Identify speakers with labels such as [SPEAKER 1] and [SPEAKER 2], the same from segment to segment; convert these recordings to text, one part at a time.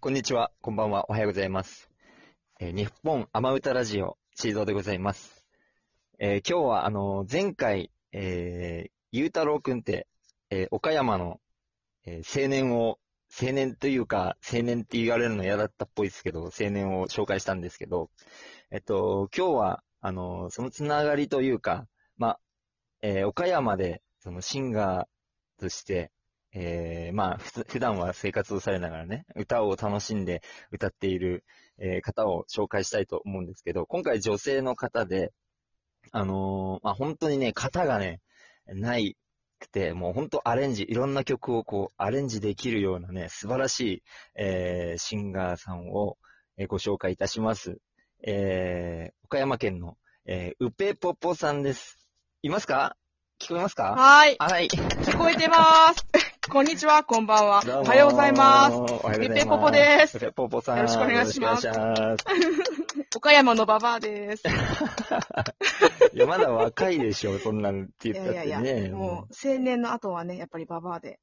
[SPEAKER 1] こんにちは、こんばんは、おはようございます。えー日本アマウタラジオ、シーゾーでございます。えー今日は、あのー前回、えー、ゆうたろうくんって、えー岡山の、えー青年を、青年というか、青年って言われるの嫌だったっぽいですけど、青年を紹介したんですけど、えっと、今日は、あのーそのつながりというか、ま、えー岡山で、そのシンガーとして、えーまあ、ふつ普段は生活をされながらね、歌を楽しんで歌っている、えー方を紹介したいと思うんですけど、今回女性の方で、あのーまあ、本当にね、型がね、ないくて、もう本当アレンジ、いろんな曲をこう、アレンジできるようなね、素晴らしい、えーシンガーさんを、えーご紹介いたします。えー岡山県の、えー、うぺぽぽさんです。いますか聞こえますか
[SPEAKER 2] はーい。
[SPEAKER 1] はい。
[SPEAKER 2] 聞こえ てます。こんにちは、こんばんは。
[SPEAKER 1] ども
[SPEAKER 2] おはようございます。
[SPEAKER 1] おはようございます。
[SPEAKER 2] ぺっぺぽぽです
[SPEAKER 1] ぺっぺぽぽさん。
[SPEAKER 2] よろしくお願いします
[SPEAKER 1] よろしくお願いしま
[SPEAKER 2] 岡山のババ アです。
[SPEAKER 1] すいや、まだ若いでしょ、そんなんって
[SPEAKER 2] い
[SPEAKER 1] 言
[SPEAKER 2] や
[SPEAKER 1] ったって
[SPEAKER 2] い
[SPEAKER 1] ね。
[SPEAKER 2] やいや、もう青年の後はね、やっぱりババ アで、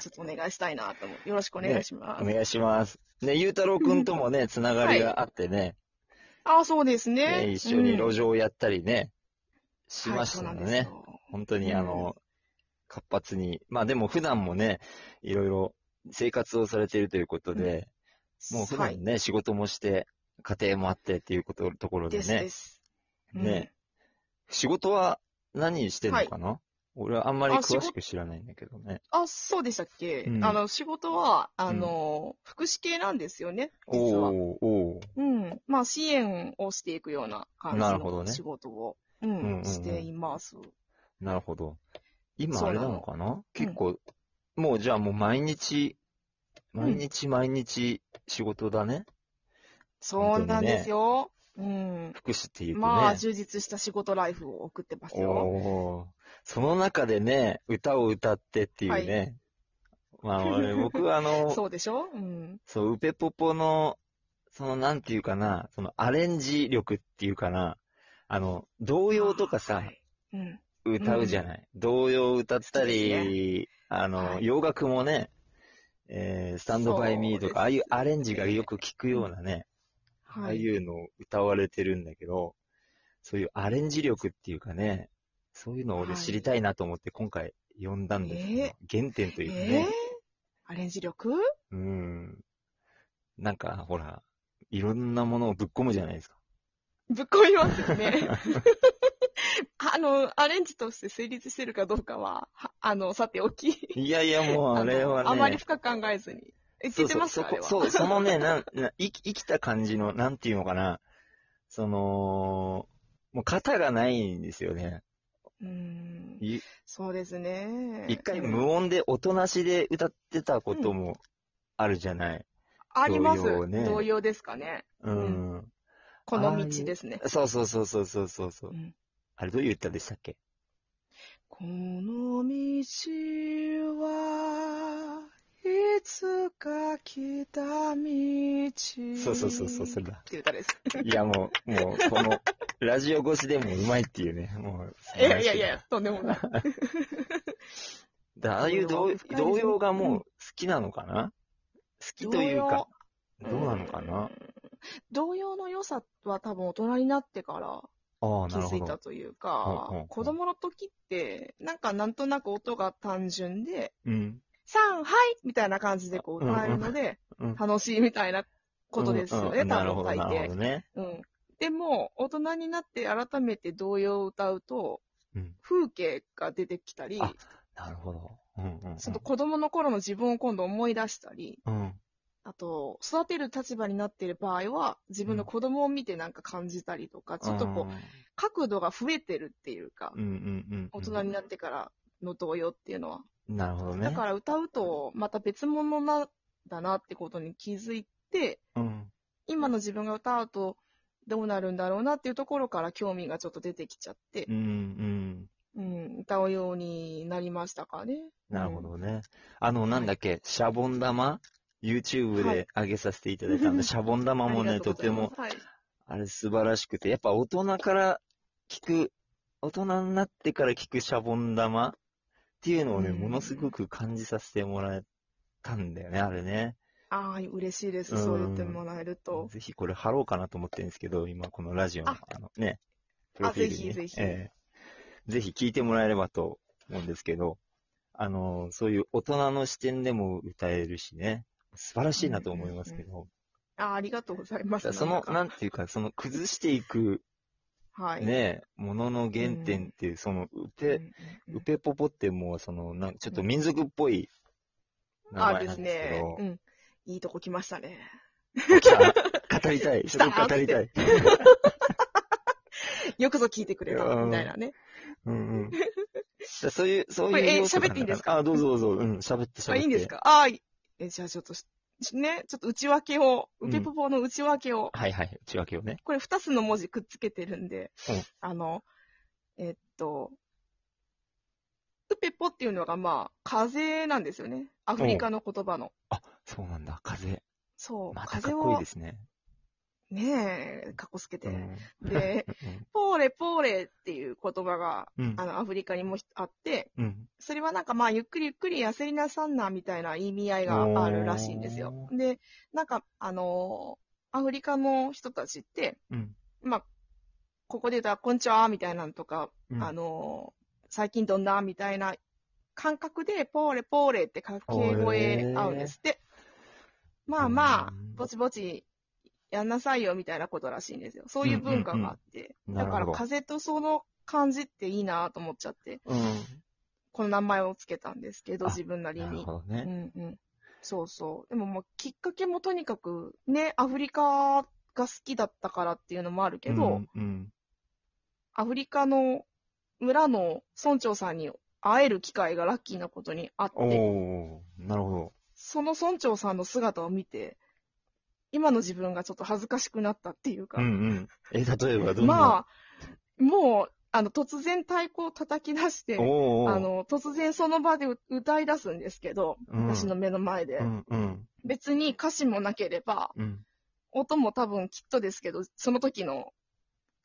[SPEAKER 2] ちょっとお願いしたいなと思う。よろしくお願いします。
[SPEAKER 1] お願いします。ね、ゆうたろうくんともね、つながりがあってね、
[SPEAKER 2] ああ、そうですね。
[SPEAKER 1] ね一緒に路
[SPEAKER 2] 上
[SPEAKER 1] 上をやったりね、しましたのでね、本当にあの、活発に、まあでも普段もね、いろいろ生活をされているということで、もう普
[SPEAKER 2] はい
[SPEAKER 1] 段ね、仕事もして、家庭もあってっていうこと、ところで
[SPEAKER 2] で
[SPEAKER 1] ね。
[SPEAKER 2] すです。うん
[SPEAKER 1] ね仕事は何してんのかな、俺はあんまり詳しく知らないんだけどね。
[SPEAKER 2] あ、そうでしたっけ、
[SPEAKER 1] うん
[SPEAKER 2] あの、仕事は、あの、福祉系なんですよね、
[SPEAKER 1] お
[SPEAKER 2] 実は。
[SPEAKER 1] ーお
[SPEAKER 2] うん。まあ、支援をしていくような感じ
[SPEAKER 1] なるほど
[SPEAKER 2] の
[SPEAKER 1] ね
[SPEAKER 2] 仕事を、
[SPEAKER 1] んうんう
[SPEAKER 2] うんん、しています。
[SPEAKER 1] ーなるほど。今
[SPEAKER 2] そ
[SPEAKER 1] あ
[SPEAKER 2] う
[SPEAKER 1] れ
[SPEAKER 2] な
[SPEAKER 1] な
[SPEAKER 2] の
[SPEAKER 1] のかな結構、もうじゃあもう毎日、
[SPEAKER 2] ん
[SPEAKER 1] 毎日毎日仕事だね。
[SPEAKER 2] そうなんですよ。うん。
[SPEAKER 1] 福祉っていうとね。
[SPEAKER 2] まあ、充実した仕事ライフを送ってますよ。
[SPEAKER 1] おーその中でね、歌を歌ってっていうね。まあ俺、僕はあ の、
[SPEAKER 2] そうでしょうん。
[SPEAKER 1] そう、ウペポポの、その、なんていうかな、そのアレンジ力っていうかな、あの、童謡とか
[SPEAKER 2] は
[SPEAKER 1] さ、
[SPEAKER 2] いうん。
[SPEAKER 1] 歌うじゃない。童謡歌った
[SPEAKER 2] 好き
[SPEAKER 1] り、あの、
[SPEAKER 2] はい
[SPEAKER 1] 洋楽もね、えー、スタンドバイミーとか、あ
[SPEAKER 2] そう
[SPEAKER 1] あい
[SPEAKER 2] です
[SPEAKER 1] う
[SPEAKER 2] ね
[SPEAKER 1] アレンジがよく聞くようなね、あ
[SPEAKER 2] は
[SPEAKER 1] あ
[SPEAKER 2] い。
[SPEAKER 1] いうのを歌われてるんだけど、そういうアレンジ力っていうかね、そういうのを俺
[SPEAKER 2] はい
[SPEAKER 1] 知りたいなと思って今回呼んだんですけど、
[SPEAKER 2] え
[SPEAKER 1] 原点と
[SPEAKER 2] え
[SPEAKER 1] いうか
[SPEAKER 2] ー
[SPEAKER 1] ね、
[SPEAKER 2] アレンジ力
[SPEAKER 1] うん。なんか、ほら、いろんなものをぶっ込むじゃないですか。
[SPEAKER 2] ぶっ込みます よね。あの、アレンジとして成立してるかどうかは、はあの、さておき。
[SPEAKER 1] いやいや、もうあれはね。
[SPEAKER 2] のあまり深く考えずに。え、
[SPEAKER 1] そ
[SPEAKER 2] 聞
[SPEAKER 1] う
[SPEAKER 2] いて
[SPEAKER 1] そう
[SPEAKER 2] ます
[SPEAKER 1] そ
[SPEAKER 2] かあれ
[SPEAKER 1] こ
[SPEAKER 2] は。
[SPEAKER 1] そう、そのね、なん、な生き生きた感じの、なんていうのかな。その、もう型がないんですよね。
[SPEAKER 2] うん。
[SPEAKER 1] い
[SPEAKER 2] そうですね。
[SPEAKER 1] 一回無音で、音なしで歌ってたこともあるじゃない。
[SPEAKER 2] あります
[SPEAKER 1] 同様。ね
[SPEAKER 2] 同様ですかね。
[SPEAKER 1] うん。
[SPEAKER 2] この道ですね。
[SPEAKER 1] そうそうそうそうそうそうそう
[SPEAKER 2] う。ん
[SPEAKER 1] あれどういう歌でしたっけ
[SPEAKER 2] この道はいつか来た道。
[SPEAKER 1] そうそうそうそう、そ
[SPEAKER 2] っ
[SPEAKER 1] れだ。
[SPEAKER 2] ていう歌です。
[SPEAKER 1] いやもう、もう、この、ラジオ越しでもうまいっていうね。もう、
[SPEAKER 2] いやいやいや、とんでもない。
[SPEAKER 1] だああいう
[SPEAKER 2] こ
[SPEAKER 1] 童
[SPEAKER 2] れは深いですね
[SPEAKER 1] 童謡がもう好きなのかな好きというか、どうなのかな、
[SPEAKER 2] 童謡の良さは多分大人になってから
[SPEAKER 1] ああ、
[SPEAKER 2] 気
[SPEAKER 1] なる
[SPEAKER 2] づ
[SPEAKER 1] ほ
[SPEAKER 2] いた
[SPEAKER 1] ど。
[SPEAKER 2] という
[SPEAKER 1] ほうほうほ
[SPEAKER 2] か
[SPEAKER 1] う、
[SPEAKER 2] 子供の時って、なんかなんとなく音が単純で、
[SPEAKER 1] うん。
[SPEAKER 2] さん、はいみたいな感じでこう歌えるので
[SPEAKER 1] うんうんうん、
[SPEAKER 2] 楽しいみたいなことですよ
[SPEAKER 1] うんう
[SPEAKER 2] ね、
[SPEAKER 1] ん
[SPEAKER 2] 多
[SPEAKER 1] なるほ
[SPEAKER 2] 分
[SPEAKER 1] ど、
[SPEAKER 2] 書い
[SPEAKER 1] なるほ
[SPEAKER 2] て
[SPEAKER 1] ど。ね。
[SPEAKER 2] うん。でも、大人になって改めて童謡を歌うと、
[SPEAKER 1] うん
[SPEAKER 2] 風景が出てきたり、
[SPEAKER 1] あなるほど。うんうん、うん。
[SPEAKER 2] その子供の頃の自分を今度思い出したり、
[SPEAKER 1] うん。
[SPEAKER 2] あと、育てる立場になっている場合は、自分の子供を見てなんか感じたりとか、ちょっとこう、角度が増えてるっていうか、
[SPEAKER 1] うん、うんうんうん。
[SPEAKER 2] 大人になってからの童謡っていうのは。
[SPEAKER 1] なるほどね。
[SPEAKER 2] だから歌うと、また別物なんだなってことに気づいて、
[SPEAKER 1] うん。
[SPEAKER 2] 今の自分が歌うと、どうなるんだろうなっていうところから興味がちょっと出てきちゃって、
[SPEAKER 1] うんうん。
[SPEAKER 2] うん、歌うようになりましたかね。
[SPEAKER 1] なるほどね。あの、なんだっけ、シャボン玉 ?YouTube
[SPEAKER 2] は
[SPEAKER 1] で
[SPEAKER 2] い
[SPEAKER 1] 上げさせていただい たんで、シャボン玉も
[SPEAKER 2] あ
[SPEAKER 1] ね、
[SPEAKER 2] りが
[SPEAKER 1] と
[SPEAKER 2] うござ
[SPEAKER 1] て
[SPEAKER 2] いま
[SPEAKER 1] も
[SPEAKER 2] す、はい、
[SPEAKER 1] あれ素晴らしくて、やっぱ大人から聞く、大人になってから聞くシャボン玉っていうのをね、
[SPEAKER 2] うん
[SPEAKER 1] ものすごく感じさせてもらえたんだよね、あれね。
[SPEAKER 2] ああ、嬉しいです。
[SPEAKER 1] うん
[SPEAKER 2] そう言ってもらえると。
[SPEAKER 1] ぜひこれ貼ろうかなと思ってるんですけど、今このラジオの、あ
[SPEAKER 2] あ
[SPEAKER 1] のね、プロフィールにね、
[SPEAKER 2] ぜひぜひ
[SPEAKER 1] ええぜひ聞いてもらえればと思うんですけど、あの、そういう大人の視点でも歌えるしね、素晴らしいなと思いますけど、
[SPEAKER 2] ああ、ありがとうございます。
[SPEAKER 1] その、
[SPEAKER 2] な
[SPEAKER 1] なん
[SPEAKER 2] か
[SPEAKER 1] んていうか、その崩していく
[SPEAKER 2] はい。
[SPEAKER 1] ね、ものの原点っていう、その、う
[SPEAKER 2] うん
[SPEAKER 1] て、
[SPEAKER 2] うんう
[SPEAKER 1] うんぺぽぽってもう、その、なんちょっと民族っぽい名
[SPEAKER 2] ああ
[SPEAKER 1] 前
[SPEAKER 2] で
[SPEAKER 1] なん
[SPEAKER 2] す
[SPEAKER 1] ですけ
[SPEAKER 2] ね
[SPEAKER 1] ど、。
[SPEAKER 2] うん。いいとこ来ましたね。
[SPEAKER 1] 来た語り たい。
[SPEAKER 2] 来
[SPEAKER 1] す
[SPEAKER 2] た
[SPEAKER 1] ごく語りたい。
[SPEAKER 2] よくぞ聞いてくれた
[SPEAKER 1] う、ん
[SPEAKER 2] みたいなね。
[SPEAKER 1] うんう ん。だそういう、そう
[SPEAKER 2] これ
[SPEAKER 1] い
[SPEAKER 2] え
[SPEAKER 1] う要素がな。
[SPEAKER 2] 喋っていいですか
[SPEAKER 1] あ、どうぞどうぞ。うん、喋って喋って。
[SPEAKER 2] あ、いいんですかああ、いえ、じゃあちょっとし、ね、ちょっと内訳を、
[SPEAKER 1] うん
[SPEAKER 2] ウケポポの内訳を、
[SPEAKER 1] はいはい。内訳をね。
[SPEAKER 2] これ二つの文字くっつけてるんで、
[SPEAKER 1] うん
[SPEAKER 2] あの、えっと、ウペポっていうのがまあ、風なんですよね。アフリカの言葉の。
[SPEAKER 1] あ、そうなんだ。風。
[SPEAKER 2] そう、
[SPEAKER 1] またか
[SPEAKER 2] 風
[SPEAKER 1] っこいい
[SPEAKER 2] を
[SPEAKER 1] で、すね。
[SPEAKER 2] ねえ、かっこつけて。
[SPEAKER 1] うん
[SPEAKER 2] で、 ポーレポーレっていう言葉が、
[SPEAKER 1] うん。うん
[SPEAKER 2] あの、アフリカにもひあって、
[SPEAKER 1] うん。
[SPEAKER 2] それはなんかまあ、ゆっくりゆっくり痩せりなさんなみたいな意味合いがあるらしいんですよ
[SPEAKER 1] お。
[SPEAKER 2] で、なんか、あのーアフリカの人たちって、
[SPEAKER 1] うん。
[SPEAKER 2] まあ、ここで言うと、あこんにちは、みたいなのとか、
[SPEAKER 1] うん
[SPEAKER 2] あのー最近どんなみたいな感覚で、ポーレポーレって掛け声合うんですって。まあまあ
[SPEAKER 1] うん、
[SPEAKER 2] ぼちぼちやんなさいよ、みたいなことらしいんですよ。そういう文化があって。
[SPEAKER 1] うんうんうん
[SPEAKER 2] だか
[SPEAKER 1] なる
[SPEAKER 2] ら、
[SPEAKER 1] ほど
[SPEAKER 2] 風とその感じっていいなと思っちゃって、
[SPEAKER 1] うん。
[SPEAKER 2] この名前をつけたんですけど、
[SPEAKER 1] あ
[SPEAKER 2] 自分なり
[SPEAKER 1] なる
[SPEAKER 2] に。
[SPEAKER 1] ほど
[SPEAKER 2] う
[SPEAKER 1] ね。
[SPEAKER 2] んうん。そうそう。でもまあ、きっかけもとにかく、ね、アフリカが好きだったからっていうのもあるけど、
[SPEAKER 1] うん、うん。
[SPEAKER 2] アフリカの村の村長さんに会える機会がラッキーなことにあっ
[SPEAKER 1] お
[SPEAKER 2] て、
[SPEAKER 1] おーなるほど。
[SPEAKER 2] その村長さんの姿を見て、今の自分がちょっと恥ずかしくなったっていうか、
[SPEAKER 1] うんうん。え、例えばどんな。
[SPEAKER 2] まあ、もう、あの、突然太鼓を叩き出して、
[SPEAKER 1] おお
[SPEAKER 2] あ、の、突然その場でう歌い出すんですけど、
[SPEAKER 1] うん
[SPEAKER 2] 私の目の前で、
[SPEAKER 1] うんうん。
[SPEAKER 2] 別に歌詞もなければ、
[SPEAKER 1] うん。
[SPEAKER 2] 音も多分きっとですけど、その時の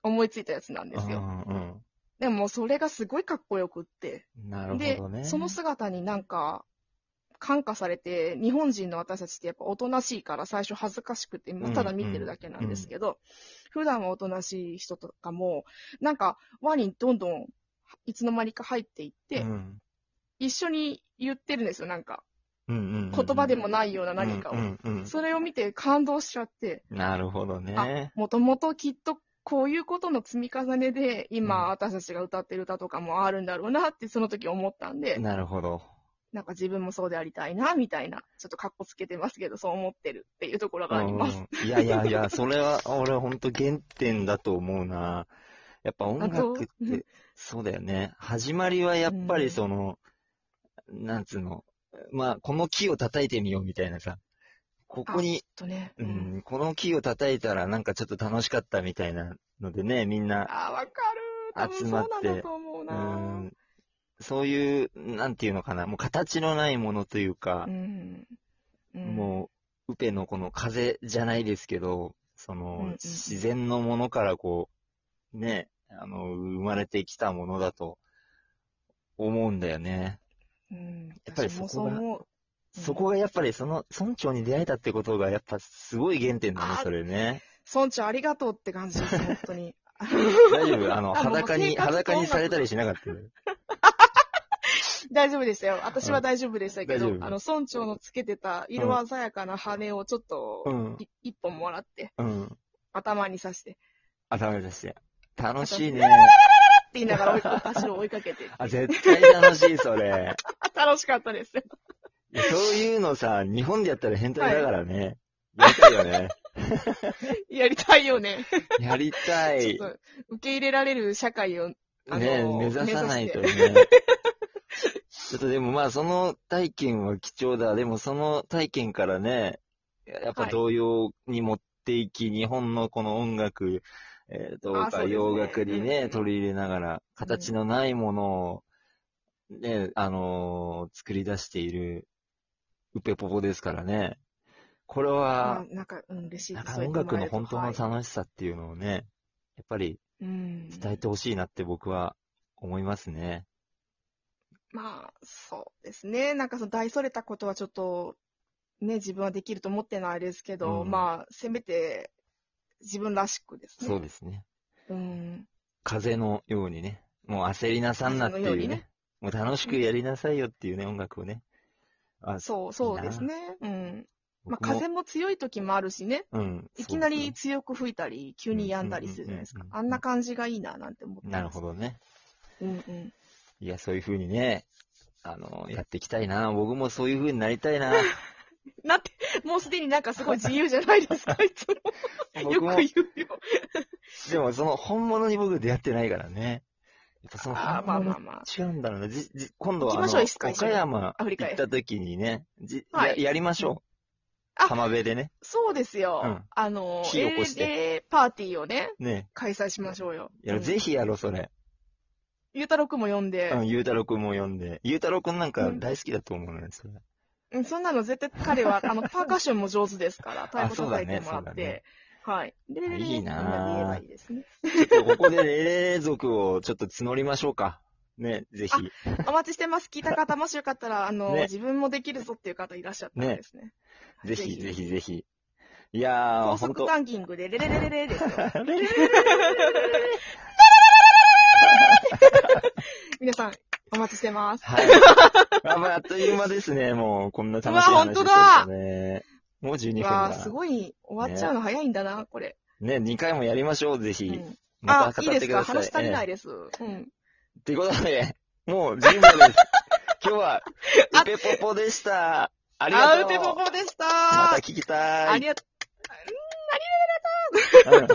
[SPEAKER 2] 思いついたやつなんですよ。
[SPEAKER 1] うん
[SPEAKER 2] でもそれがすごいかっこよくって。
[SPEAKER 1] うん。なる
[SPEAKER 2] で
[SPEAKER 1] ほどね。、
[SPEAKER 2] その姿になんか、感化されて、日本人の私たちってやっぱおとなしいから最初恥ずかしくて、まあ
[SPEAKER 1] うん
[SPEAKER 2] ただ見てるだけなんですけど、普段はおとなしい人とかも、なんか輪にどんどんいつの間にか入っていって、
[SPEAKER 1] うん
[SPEAKER 2] 一緒に言ってるんですよ、なんか。
[SPEAKER 1] うんうんうん。
[SPEAKER 2] 言葉でもないような何かを。
[SPEAKER 1] うんうんうん
[SPEAKER 2] それを見て感動しちゃって、
[SPEAKER 1] なるほどね。
[SPEAKER 2] もともときっとこういうことの積み重ねで、
[SPEAKER 1] うん
[SPEAKER 2] 今私たちが歌ってる歌とかもあるんだろうなってその時思ったんで、
[SPEAKER 1] なるほど。
[SPEAKER 2] なんか自分もそうでありたいな、みたいな、ちょっと格好つけてますけど、そう思ってるっていうところがあります。
[SPEAKER 1] うんいやいやいや、それは俺本当原点だと思うな。やっぱ音楽っ
[SPEAKER 2] あとう
[SPEAKER 1] て、そうだよね。始まりはやっぱりその、なんつうの、まあ、この木を叩いてみようみたいなさ、ここに
[SPEAKER 2] あ、とね。
[SPEAKER 1] う
[SPEAKER 2] うん
[SPEAKER 1] ん、この木を叩いたらなんかちょっと楽しかったみたいなのでね、みんな、
[SPEAKER 2] あー、わかる。多分
[SPEAKER 1] 集
[SPEAKER 2] そう
[SPEAKER 1] まっ
[SPEAKER 2] な
[SPEAKER 1] て
[SPEAKER 2] んだと思う
[SPEAKER 1] う
[SPEAKER 2] な。
[SPEAKER 1] ん、そういう、なんていうのかな、もう形のないものというか、
[SPEAKER 2] うん。うん
[SPEAKER 1] もう、ウペのこの風じゃないですけど、そ
[SPEAKER 2] うんうん
[SPEAKER 1] の
[SPEAKER 2] うん、
[SPEAKER 1] 自然のものからこう、ね、あの、生まれてきたものだと思うんだよね。
[SPEAKER 2] うん、
[SPEAKER 1] やっぱり
[SPEAKER 2] 私も
[SPEAKER 1] そ
[SPEAKER 2] そ
[SPEAKER 1] こ
[SPEAKER 2] う
[SPEAKER 1] が
[SPEAKER 2] 思う。うん
[SPEAKER 1] そこがやっぱりその村長に出会えたってことがやっぱすごい原点だね
[SPEAKER 2] あ、
[SPEAKER 1] それね。
[SPEAKER 2] 村長ありがとうって感じ です、本当に。
[SPEAKER 1] 大丈夫あの、
[SPEAKER 2] あもう
[SPEAKER 1] 裸
[SPEAKER 2] 生
[SPEAKER 1] に、
[SPEAKER 2] 活と
[SPEAKER 1] 裸にされたりしなかったよ。
[SPEAKER 2] 大丈夫でしたよ。私は大丈夫でしたけど、
[SPEAKER 1] うん大丈夫
[SPEAKER 2] あの、村長のつけてた色鮮やかな羽をちょっと、
[SPEAKER 1] うん。
[SPEAKER 2] い一本もらって、
[SPEAKER 1] うん。
[SPEAKER 2] 頭に刺して、
[SPEAKER 1] あ、ダメだして。楽しいね。
[SPEAKER 2] って言いながら追いか私を追いかけて。
[SPEAKER 1] あ、絶対楽しい、それ。
[SPEAKER 2] あ楽しかったです。
[SPEAKER 1] いやそういうのさ、日本でやったら変態だからね。やりたいよね。
[SPEAKER 2] やりたいよね。
[SPEAKER 1] やりたい。
[SPEAKER 2] ちょっと、受け入れられる社会を、あの
[SPEAKER 1] ね、目指さないとね。 ちょっとでもまあ、その体験は貴重だ。でもその体験からね、やっぱ
[SPEAKER 2] はい
[SPEAKER 1] 童謡に持っていき、日本のこの音楽、えー、どう
[SPEAKER 2] あそ
[SPEAKER 1] か
[SPEAKER 2] うですね
[SPEAKER 1] 洋楽にね、
[SPEAKER 2] うん
[SPEAKER 1] 取り入れながら、形のないものを、ね、あのー作り出している、ウペポポですからね。これ
[SPEAKER 2] ま
[SPEAKER 1] は
[SPEAKER 2] あ、なんか、うん、嬉しい
[SPEAKER 1] なん
[SPEAKER 2] です。
[SPEAKER 1] か
[SPEAKER 2] そう
[SPEAKER 1] 音
[SPEAKER 2] 言っ
[SPEAKER 1] 楽
[SPEAKER 2] てもら
[SPEAKER 1] の
[SPEAKER 2] えると
[SPEAKER 1] 本当の
[SPEAKER 2] は
[SPEAKER 1] 楽しさっていうのをね、やっぱり
[SPEAKER 2] いうん。
[SPEAKER 1] 伝えてほしいなって僕は思いますね。
[SPEAKER 2] まあ、そうですね。なんかその、大それたことはちょっと、ね、自分はできると思ってないですけど、
[SPEAKER 1] うん
[SPEAKER 2] まあ、せめて自分らしくですね。
[SPEAKER 1] そうですね。
[SPEAKER 2] うん。
[SPEAKER 1] 風のようにね。もう焦りなさんなってい
[SPEAKER 2] 風のよう
[SPEAKER 1] うね。
[SPEAKER 2] にね
[SPEAKER 1] もう楽しくやりなさいよっていうね、音楽をね。あ
[SPEAKER 2] そう、そうですね。うん。まあ、
[SPEAKER 1] 僕も
[SPEAKER 2] 風も強い時もあるしね。
[SPEAKER 1] うん。
[SPEAKER 2] いきなり強く吹いたり、急に止んだりするじゃないです
[SPEAKER 1] う
[SPEAKER 2] か
[SPEAKER 1] ん。うんうんうん
[SPEAKER 2] あんな感じがいいな、なんて思ってます。
[SPEAKER 1] なるほどね。
[SPEAKER 2] うんうん。
[SPEAKER 1] いや、そういう風にね、あの、やっていきたいな。僕もそういう風になりたい な。
[SPEAKER 2] なって、もうすでになんかすごい自由じゃな いですか、いつも。よ
[SPEAKER 1] 僕
[SPEAKER 2] く
[SPEAKER 1] も、
[SPEAKER 2] 言うよ。
[SPEAKER 1] でもその本物に僕出会ってないからね。やっぱその
[SPEAKER 2] ああ、
[SPEAKER 1] 本
[SPEAKER 2] まあま
[SPEAKER 1] 物
[SPEAKER 2] あまあ。
[SPEAKER 1] 違うんだろうな。じじ今度はあ
[SPEAKER 2] 行きましょういつか
[SPEAKER 1] の、
[SPEAKER 2] 一緒
[SPEAKER 1] 岡
[SPEAKER 2] に
[SPEAKER 1] 山
[SPEAKER 2] アフリカ
[SPEAKER 1] 行
[SPEAKER 2] へ
[SPEAKER 1] った時にね、じ
[SPEAKER 2] はい
[SPEAKER 1] ややりましょう。
[SPEAKER 2] あ
[SPEAKER 1] 浜辺でね。
[SPEAKER 2] そうですよ。
[SPEAKER 1] うん
[SPEAKER 2] あの、
[SPEAKER 1] 火起こして
[SPEAKER 2] AA パーティーをね、
[SPEAKER 1] ね。
[SPEAKER 2] 開催しましょうよ。
[SPEAKER 1] やろう
[SPEAKER 2] うん
[SPEAKER 1] ぜひやろう、それ。
[SPEAKER 2] ゆうたろくんも呼んで
[SPEAKER 1] う、ん、ゆうたろうくんも呼んで。ゆうたろうくんなんか
[SPEAKER 2] うん
[SPEAKER 1] 大好きだと思うのね、それ。
[SPEAKER 2] うん、そんなの絶対彼は、 あの、パーカッションも上手ですから、太鼓叩いてもら
[SPEAKER 1] そうだねそうだ
[SPEAKER 2] って、
[SPEAKER 1] ね
[SPEAKER 2] はい。で、
[SPEAKER 1] あいいなぁ
[SPEAKER 2] みんなで言えばいいですね。
[SPEAKER 1] ちょっとここで霊霊族をちょっと募りましょうか。ね、ぜひ。
[SPEAKER 2] お待ちしてます。聞いた方、もしよかったら、あの、
[SPEAKER 1] ね
[SPEAKER 2] 自分もできるぞっていう方いらっしゃったらですね。
[SPEAKER 1] ぜひ、ぜ
[SPEAKER 2] ぜ
[SPEAKER 1] ひ、ぜひ。いやー、
[SPEAKER 2] 高
[SPEAKER 1] ほん
[SPEAKER 2] 速
[SPEAKER 1] と。
[SPEAKER 2] ランキングで、レレレレレですよ。皆さん、お待ちしてます。
[SPEAKER 1] はい。あまあ、あっという間ですね。もう、こんな楽しいう
[SPEAKER 2] わ
[SPEAKER 1] 話
[SPEAKER 2] ほ
[SPEAKER 1] で
[SPEAKER 2] ん
[SPEAKER 1] し
[SPEAKER 2] と
[SPEAKER 1] た
[SPEAKER 2] だ
[SPEAKER 1] ね。もう12分
[SPEAKER 2] わ
[SPEAKER 1] だ
[SPEAKER 2] あ、。すごい、終わっちゃうの早いんだな、これ。
[SPEAKER 1] ね、2回もやりましょう、ぜ
[SPEAKER 2] う
[SPEAKER 1] ひ。
[SPEAKER 2] ん
[SPEAKER 1] ま
[SPEAKER 2] あ、
[SPEAKER 1] た
[SPEAKER 2] いい
[SPEAKER 1] 語っ
[SPEAKER 2] で
[SPEAKER 1] て
[SPEAKER 2] す
[SPEAKER 1] くだ
[SPEAKER 2] か
[SPEAKER 1] さい。
[SPEAKER 2] 話足りない
[SPEAKER 1] い。
[SPEAKER 2] です。うん。
[SPEAKER 1] ということで、もう10秒です。今日は、ウペポポでした。ありが
[SPEAKER 2] あ
[SPEAKER 1] とう。
[SPEAKER 2] うてぽぽでした
[SPEAKER 1] また聞きたい。
[SPEAKER 2] ありがとう。
[SPEAKER 1] うん